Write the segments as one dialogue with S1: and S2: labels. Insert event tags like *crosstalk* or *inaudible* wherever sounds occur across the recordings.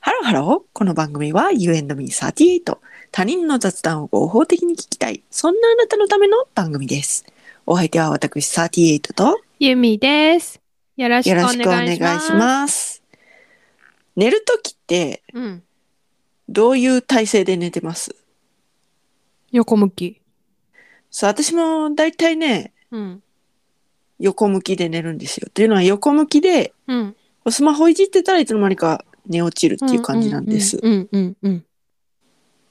S1: ハロー。この番組は You and me38。他人の雑談を合法的に聞きたい。そんなあなたのための番組です。お相手は私38と
S2: ゆみです。よろし
S1: よ
S2: くお
S1: ろしくお願
S2: 願い
S1: い
S2: します。
S1: します。寝るときって
S2: うん。
S1: どういう体勢で寝てます
S2: 横向き。
S1: そう、私も大体ね、
S2: うん。
S1: 横向きで寝るんですよ。っていうのは横向きで
S2: うん。
S1: スマホいじってたらいつの間にか寝落ちるっていう感じなんです。
S2: うんうんうん。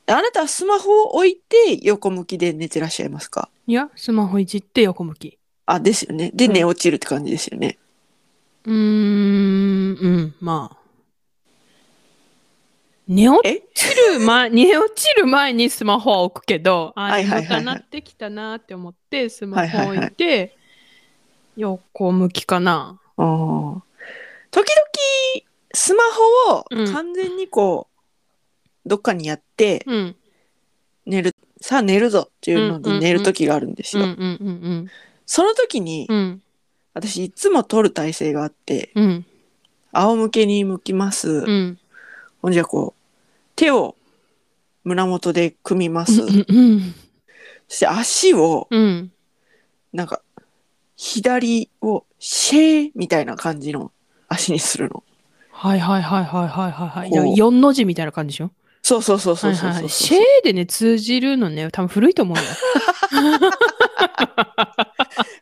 S1: あなたはスマホを置いて横向きで寝てらっしゃいますか
S2: いや、スマホいじって横向き。
S1: あ、ですよね。で、
S2: うん
S1: 寝落ちるって感じですよね。
S2: うーん、うん、まあ。寝落
S1: え
S2: ちる前、寝落ちる前にスマホは置くけど、あ、
S1: はいはいはいはい
S2: 眠くなってきたなって思って、スマ
S1: はい
S2: ホ
S1: は
S2: 置
S1: いはい
S2: いて、横向きかな。
S1: あー時々、スマホを
S2: うん
S1: 完全にこう、どっかにやって、
S2: うん。
S1: 寝る、さあ寝るぞっていうの
S2: うんうんう
S1: で
S2: ん
S1: 寝る時があるんです
S2: うん
S1: よ。
S2: うんうん
S1: その時に
S2: う、ん。
S1: 私いつも取る体勢があって、
S2: うん。うん。
S1: 仰向けに向きます。
S2: うん。
S1: ほんじゃこう、手を胸元で組みます。
S2: うんうん
S1: そして足を、
S2: うん。
S1: なんか、左をシェーみたいな感じの足にするの。
S2: はいはいはいはいはいはいはい。
S1: こう
S2: だから四の字みたいな感じでしょ
S1: そうそうそうそうそうそう
S2: はいはいはいシェーでね、通じるのね、多分古いと思うよ。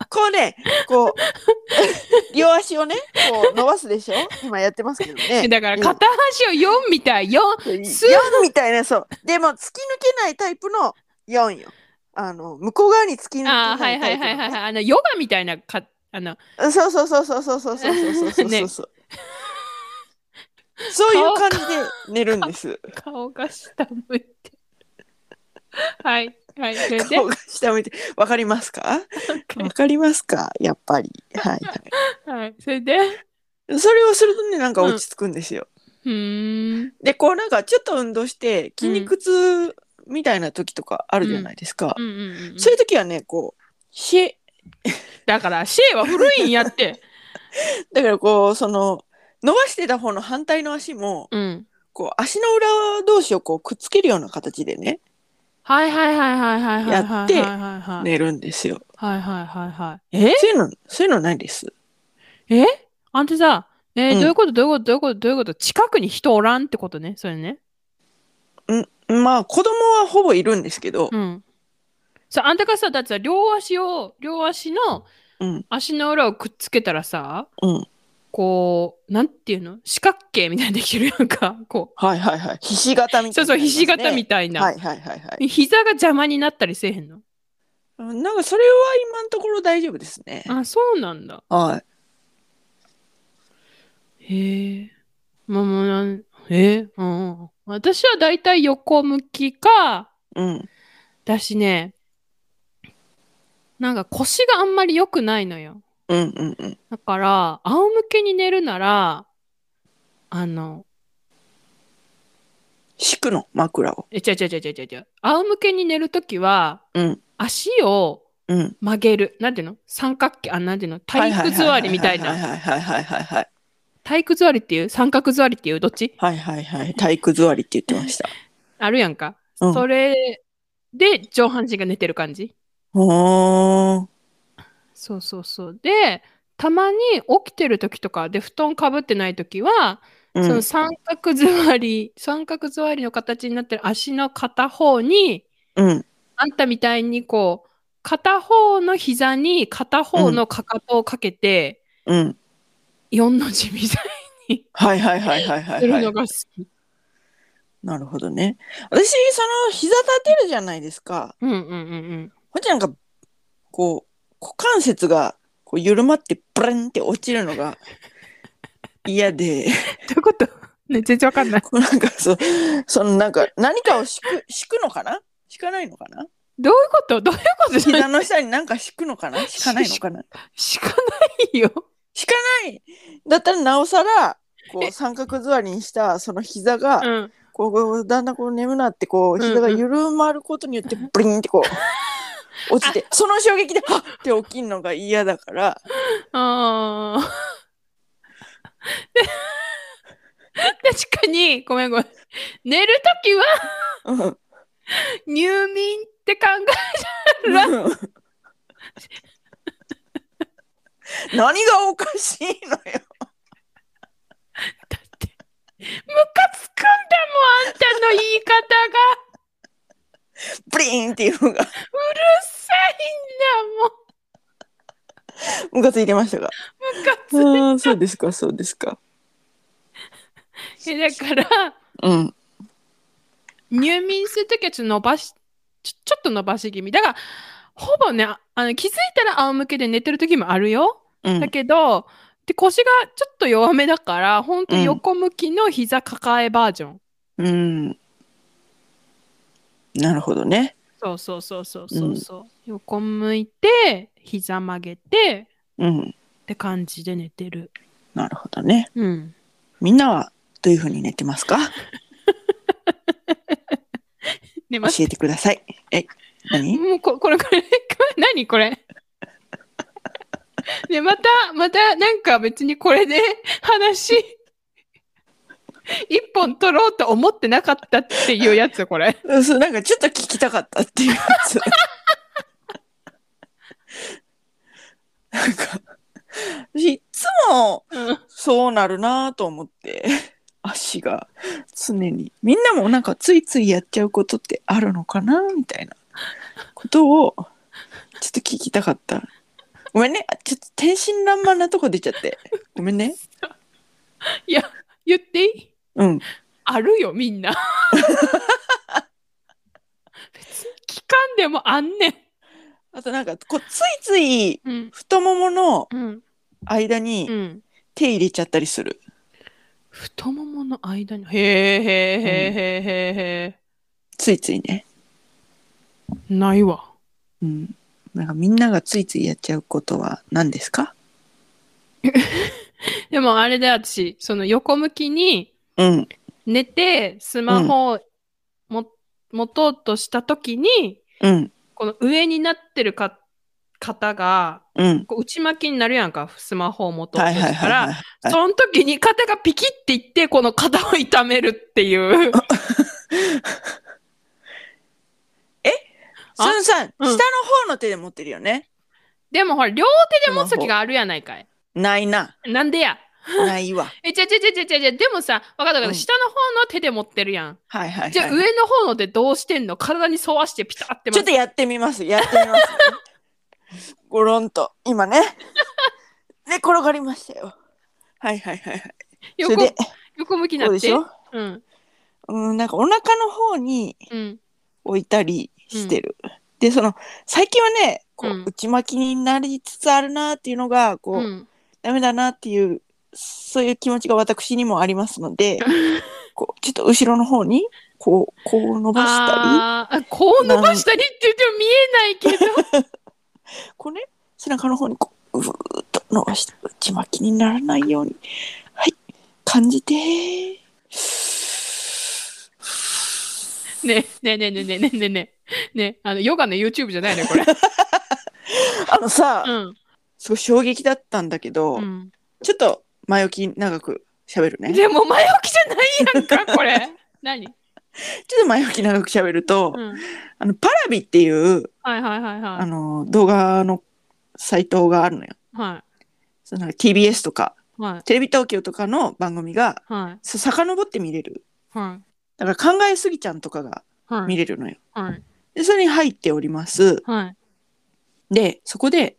S1: こうね、こう、両足をね、こう伸ばすでしょ今やってますけどね。
S2: だから
S1: 今
S2: 片足を四みたい。四。す
S1: 4みたいな、そう。でも、突き抜けないタイプの4よ。あの、向こう側に突き抜け
S2: ああ、は
S1: ないい
S2: は
S1: タイ
S2: い
S1: プの
S2: は
S1: ね、
S2: いはいはい。あの、ヨガみたいなか、あの、
S1: そうそうそうそうそうそうそうそうそうそうそう。そういう感じで寝るんです。
S2: 顔が下向いて。はい。はい。それで
S1: 顔、が下向いて、わかりますかわかりますかやっぱり。はい、は
S2: はい。それで、
S1: い。それをするとね、なんか落ち着くんですよ。
S2: うーん。
S1: で、こうなんかちょっと運動して筋肉痛みたいな時とかあるじゃないですか。
S2: うんうんうん。
S1: そういう時はね、こう、シェ、
S2: だから、シェーは古いんやって。
S1: だからこう、その、伸ばしてた方の反対の足も、
S2: うん。
S1: こう、足の裏同士をこう、くっつけるような形でね、
S2: はいはいはいはいはいはいはい。
S1: やって
S2: はいはいはい。
S1: 寝るんですよ。
S2: はいはいはいはい。え
S1: そういうの、そういうのないです。
S2: えあんたさ、えー
S1: うん
S2: どういうことどういうことどういうことどういうこと近くに人おらんってことね、それね。
S1: まあ、子供はほぼいるんですけど、
S2: うん。さ、あんたがさ、だってさ、両足を、両足の
S1: うん、
S2: 足の裏をくっつけたらさ、
S1: うん。
S2: こう、なんていうの四角形みたいにできるやんか。こ
S1: はいはいはい。ひし形み
S2: う。
S1: た
S2: そう
S1: い
S2: そ
S1: な
S2: う、
S1: のありますね、
S2: ひし形みたいな。
S1: はいはいはいはい。
S2: 膝が邪魔になったりせえへんの
S1: うんなんかそれは今のところ大丈夫ですね。
S2: あ、そうなんだ。
S1: はい。
S2: へえ。まあまあなん、へえ、うんうん。私はだいたい横向きか、
S1: うん。
S2: だしね、なんか腰があんまり良くないのよ。
S1: うんうんうん。
S2: だから、仰向けに寝るなら、あの、
S1: 敷くの、枕を。
S2: え、ちゃちゃちゃちゃちゃちゃ、仰向けに寝るときは、
S1: うん
S2: 足を
S1: うん。
S2: 曲げる。なんていうの三角形、あ、なんていうの体育座りみたい
S1: はい
S2: な。
S1: はいはいはいはいはい
S2: 体育座りっていう三角座りっていうどっち
S1: はいはいはいはい体育座りって言ってました。
S2: あるやんか。
S1: うん
S2: それで上半身が寝てる感じ。
S1: おー
S2: そうそうそう。で、たまに起きてる時とかで布団かぶってない時は、
S1: うん
S2: その三角座り、三角座りの形になってる足の片方に、
S1: うん
S2: あんたみたいにこう、片方の膝に片方のかかとをかけて、
S1: うん
S2: 4の字みたい
S1: はいはいはいはい
S2: に
S1: は
S2: す
S1: い
S2: る
S1: は
S2: の
S1: い。
S2: が好き。
S1: なるほどね。私その膝立てるじゃないですか。
S2: うんうんうん
S1: ほんじゃなんかこう股関節がこう緩まってブランって落ちるの *laughs* が嫌で、
S2: うん。どういうこと *laughs* ね、全然わかんない。
S1: こうなんかそうそのなんか何かを敷く敷くのかな敷かないのかな
S2: どういうことどういうことじゃない *laughs*
S1: 膝の下になんか敷くのかな敷かないのかな
S2: しかないよ。
S1: 敷かないだったらなおさらこう三角座りにしたその膝が
S2: うん。
S1: こうこうだんだんこう眠なってこう
S2: うんうん
S1: 膝が緩まることによって
S2: *laughs*
S1: ブリンってこう落ちてその衝撃でハッって起きるのが嫌だから
S2: ああ。 *laughs* 確かに、ごめんごめん。寝るときは
S1: うん
S2: 入眠って考えたら、
S1: *laughs* 何がおかしいのよ。
S2: だって、ムカつくんだもん、あんたの言い方が。
S1: プリーンっていうのが
S2: うるさい
S1: ムカついてましたが。
S2: んだもん。ムカ
S1: ああそうですかそうですか。
S2: つい。えだから、
S1: うん
S2: 入眠するときはちょっと伸ばし、ちょちょっと伸ばし気味。だから、ほぼね、ああの気づいたら仰向けで寝てるときもあるよ。
S1: うん
S2: だけど、で腰がちょっと弱めだから、ほんと横向きの膝抱えバージョン。
S1: うん。なるほどね。
S2: そうそうそうそうそうそう。横向いて、膝曲げて、
S1: うん
S2: って感じで寝てる。
S1: なるほどね。
S2: うん。
S1: みんなはどういうふうに寝てますか
S2: 寝
S1: 教
S2: ます。
S1: えてください。え何
S2: もうここれこれこれ *laughs* 何これでまたまたなんか別にこれで話一本取ろうと思ってなかったっていうやつこれ
S1: うんそうなんかちょっと聞きたかったっていうやつ。なんか私いつも
S2: うん
S1: そうなるなぁと思って足が常にみんなもなんかついついやっちゃうことってあるのかなみたいなことをちょっと聞きたかったごめんねあちょっと天真爛漫なとこ出ちゃってごめんね
S2: いや言っていい
S1: うん
S2: あるよみんな *laughs* 別に期間でもあんねん
S1: あとなんかこうついつい
S2: うん
S1: 太ももの
S2: うん
S1: 間
S2: う
S1: に
S2: ん
S1: 手入れちゃったりする
S2: 太ももの間にへえへえへえへえへ
S1: ついついね
S2: えないわ
S1: うんなんかみんながついついやっちゃうことは何ですか
S2: でもあれで私その横向きに
S1: うん
S2: 寝てスマホをも、持とうとした時に
S1: うん
S2: この上になってるか方が
S1: うん
S2: こう内巻きになるやんかスマホを持とうと
S1: はいはい
S2: した
S1: はい
S2: ら、
S1: はいはい
S2: その時に肩がピキっていってこの肩を痛めるっ
S1: *laughs*
S2: ていうあ
S1: そのさ、
S2: うん
S1: 下の方の手で持ってるよね。
S2: でもほら両手で持つ時があるやないかい
S1: ない
S2: *laughs*
S1: な。
S2: なんでや
S1: ないわ。
S2: えちゃちゃちゃちゃちゃちゃでもさ分かった分かった、
S1: うん
S2: 下の方の手で持ってるやん
S1: はいはい、はい。
S2: じゃあ上の方の手どうしてんの体に沿わしてピタって
S1: ちょっとやってみます。やってみます。 *laughs* ゴロンと。今
S2: *laughs*
S1: ね。ね、転がりましたよ。はいはいはいはい。それ
S2: 横
S1: で、
S2: 横向きに
S1: こう
S2: な
S1: で
S2: っ
S1: してょ
S2: うん
S1: うん、なんかお腹の方に
S2: うん
S1: 置いたりしてる。で、その、最近はね、こ
S2: うん
S1: う、内巻きになりつつあるなっていうのが、こう、
S2: うん
S1: ダメだなっていう、そういう気持ちが私にもありますの
S2: *laughs*
S1: で、こう、ちょっと後ろの方に、こう、こう伸ばした
S2: あーあこう伸ばしたりって言っても見え *laughs* ないけど
S1: り、こうね、背中の方にこう、うーっと伸ばして、内巻きにならないように、はい、感じて
S2: ねねねねねねねねねあのヨガの YouTube じゃないねこ *laughs* れ
S1: あのさ、
S2: うん、
S1: すごい衝撃だったんだけど、
S2: うん、
S1: ちょっと前置き長く喋
S2: *laughs*
S1: るね。ちょ
S2: でも前置きじゃない *laughs* やんかこれ何、
S1: っと前置き長く喋ると、
S2: うん、
S1: あの、パラビっていう、
S2: はいはいはい
S1: あ
S2: は
S1: の、動画のサイトがあるのよ。
S2: いは
S1: そのなんか TBS とか、
S2: いはい
S1: テレビ東京とかの番組が
S2: はい
S1: そう遡って見れる
S2: はい
S1: だから考えすぎちゃんとかが
S2: は
S1: 見
S2: い
S1: れるのよ
S2: はい
S1: でそれに入っております
S2: はい
S1: でそこで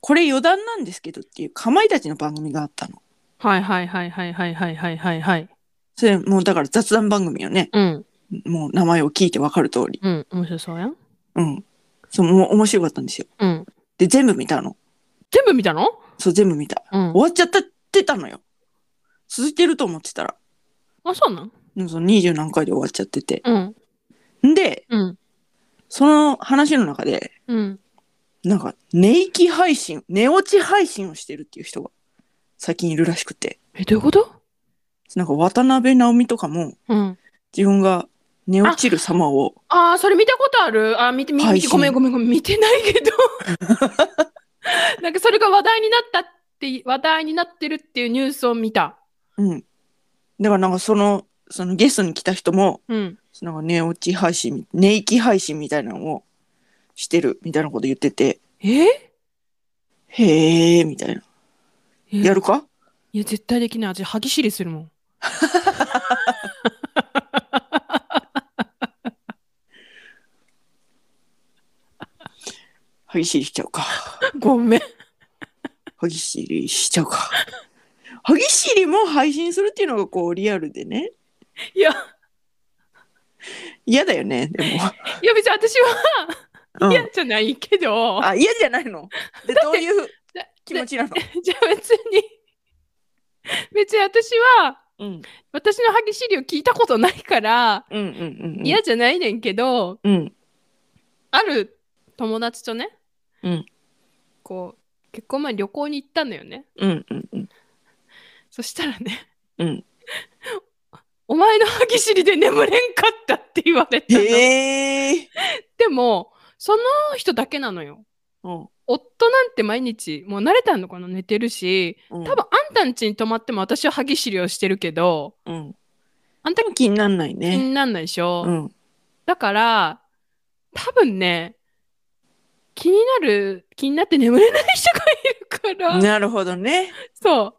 S1: これ余談なんですけどっていうかまいたちの番組があったの
S2: はいはいはいはいはいはいはいはいはい
S1: それもうだから雑談番組よね
S2: うん
S1: もう名前を聞いてわかる通り
S2: うん面白そうやん
S1: うんそうもう面白かったんですよ
S2: うん
S1: で全部見たの
S2: 全部見たの
S1: そう全部見た
S2: うん
S1: 終わっちゃったってたのよ続いてると思ってたら
S2: あそうなん
S1: うんその20何回で終わっちゃってて
S2: うん
S1: んで
S2: うん
S1: その話の中で
S2: うん
S1: なんか、寝息配信、寝落ち配信をしてるっていう人が最近いるらしくて。
S2: えどういうこと
S1: なんか、渡辺直美とかも、
S2: うん
S1: 自分が寝落ちる様を、
S2: ああ、それ見たことある。あー、見て、見
S1: 配
S2: 見て、
S1: 信
S2: ごめん、ごめん、ごめん、見てな
S1: *laughs*
S2: いけど。なんかそれが話題になったって、話題になってるっていうニュースを見た。
S1: うん。だからなんかそのそのゲストに来た人も
S2: うん。
S1: なんか寝落ち配信寝息配信みたいなのをしてるみたいなこと言ってて
S2: え
S1: へえみたいなや
S2: る
S1: るか
S2: いや、絶対できない。私、歯ぎしりするもん。
S1: 歯ぎしりしちゃうか
S2: ごめん。
S1: 歯ぎしりしちゃうか *laughs* 歯ぎしりも配信するっていうのがこうリアルでね
S2: いや、
S1: 嫌だよねでも、
S2: いや別に私
S1: う
S2: は
S1: ん
S2: 嫌じゃないけど、 *laughs*
S1: あ嫌じゃないのでどういう気持ちなの、
S2: じゃあ別に、別に私は、
S1: うん、
S2: 私の歯ぎしりを聞いたことないから、
S1: うんうんうんうん
S2: 嫌じゃないねんけど、
S1: うん
S2: ある友達とね、
S1: うん
S2: こう、結婚前に旅行に行ったのよね。
S1: うんうんうん
S2: そしたらね、
S1: うん
S2: *laughs* お前の歯ぎしりで眠れんかったって言われたの。
S1: へえ
S2: でも、その人だけなのよ。
S1: うん
S2: 夫なんて毎日、もう慣れたのかな寝てるし、
S1: うん
S2: 多分あんたん家に泊まっても私は歯ぎしりをしてるけど、
S1: うん
S2: あんた
S1: 気になんない
S2: 気
S1: ね
S2: になんないでしょ、
S1: うん
S2: だから、多分ね、気になる、気になって眠れない人がいるから、
S1: なるほどね
S2: そう。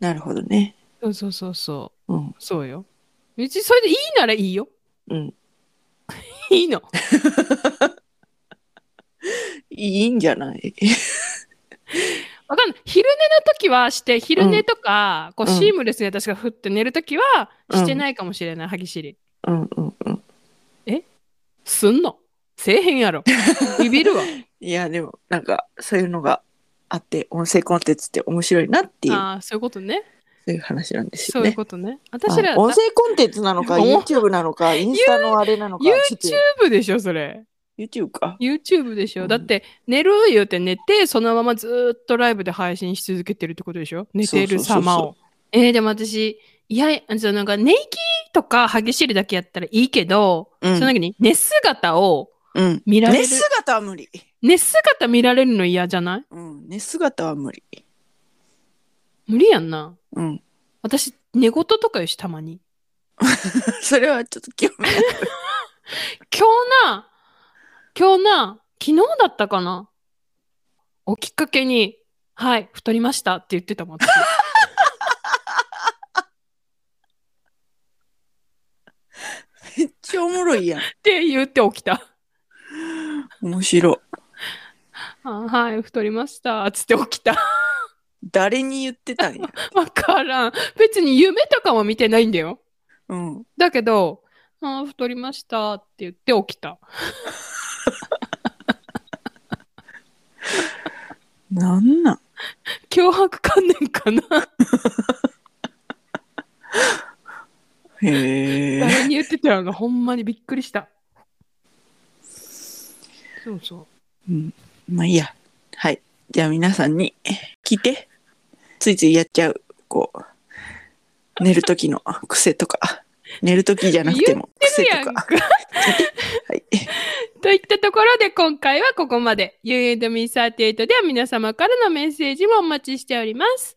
S1: なるほどね
S2: そうそうそうそうう。
S1: ん
S2: そうよ。別にそれでいいならいいよ。
S1: うん
S2: *laughs* いいの。
S1: いいんじゃない *laughs*
S2: わかんない。昼寝の時はして、昼寝とか、こう
S1: うん
S2: シームレスに私がふって寝る時は
S1: うん
S2: してないかもしれない、歯ぎしり。
S1: うんうんうん
S2: すんのせえへんやろ。ビビるわ。
S1: *laughs* いやでもなんかそういうのがあって音声コンテンツって面白いなっていうそ
S2: ああ、そういうことね。
S1: ういう話なんです
S2: そ
S1: よ
S2: ういう
S1: ね
S2: ことね。私ら、
S1: あ音声コンテンツなのか
S2: お
S1: YouTube なの
S2: *laughs*
S1: かインスタのあれなのかちょっと
S2: YouTube でしょ、それ。
S1: YouTube か
S2: YouTube でし
S1: う
S2: ょ。
S1: ん
S2: だって、寝る言うて寝て、そのままずーっとライブで配信し続けてるってことでしょ寝てる様
S1: そうそう
S2: を。えー、でも私、いや、そのなんか、寝息とか歯ぎしりだけやったらいいけど、
S1: うん
S2: その時に寝姿を
S1: うん
S2: 見られ
S1: 寝
S2: る。
S1: 姿は無理
S2: 寝姿見られるの嫌じゃない
S1: うん寝姿は無理
S2: 無理やんな。
S1: うん *laughs*
S2: 私、寝言とかよし、たまに。
S1: それはちょっと興味ない
S2: 今日な、今日な、昨日だったかなおきっかけに、はい、太りましたって言ってたもん。私 *laughs*
S1: めっちゃおもろいやん
S2: って言って起きた。
S1: 面白い
S2: あはい、太りました。つって起きた。 *laughs*
S1: 誰に言ってたんや
S2: わからん。別に夢とかも見てないんだよ。 *laughs*
S1: うん
S2: だけど、あ太りましたって言って起きた。
S1: なんなん
S2: 脅迫観念かな
S1: へえ
S2: 誰に言ってたのがほんまにびっくりした。そうそう。
S1: うん、まあいいや。はい。じゃあ皆さんに聞いて。ついついやっちゃう、こう、寝る時の癖とか、寝る時じゃなくても癖
S2: やん
S1: と
S2: か
S1: か。。はい。
S2: *laughs* といったところで今回はここまで。You&Me38 では皆様からのメッセージもお待ちしております。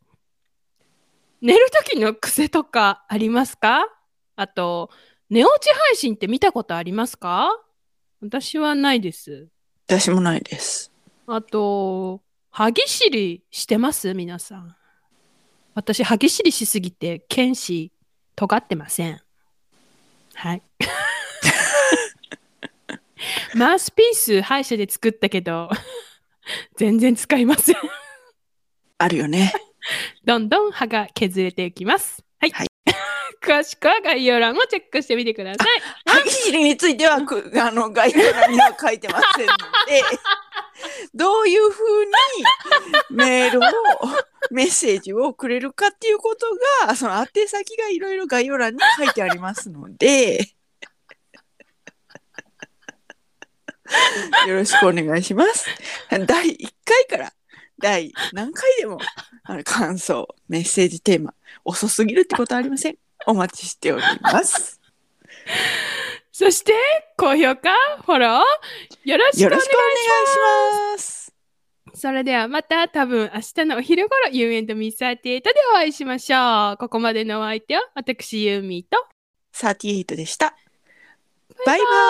S2: 寝る時の癖とかありますかあと、寝落ち配信って見たことありますか私はないです。
S1: 私もないです。
S2: あと、歯ぎしりしてます皆さん。私、歯ぎしりしすぎて、剣士、尖ってません。 *laughs* はい。マウスピース、歯医者で作ったけど、全然使いません。
S1: あるよね。
S2: どんどん歯が削れていきます。はい。
S1: はい
S2: *laughs* 詳しくは概要欄をチェックしてみてください。
S1: 歯ぎしりについては、くあの、概要欄には書いてませんので、どういうふうにメールを、メッセージをくれるかっていうことが、その宛先がいろいろ概要欄に書いてありますので、よろしくお願いします。第1回から第何回でもあの感想、メッセージテーマ、遅すぎるってことはありません。お待ちしております。
S2: そして、高評価、フォロー、よろしくお
S1: よろ
S2: 願い
S1: し
S2: し
S1: くお願いします。
S2: それではまた多分明日のお昼頃 You and me38 でお会いしましょう。ここまでのお相手は私ユーミーと
S1: 38でした。バイバイ。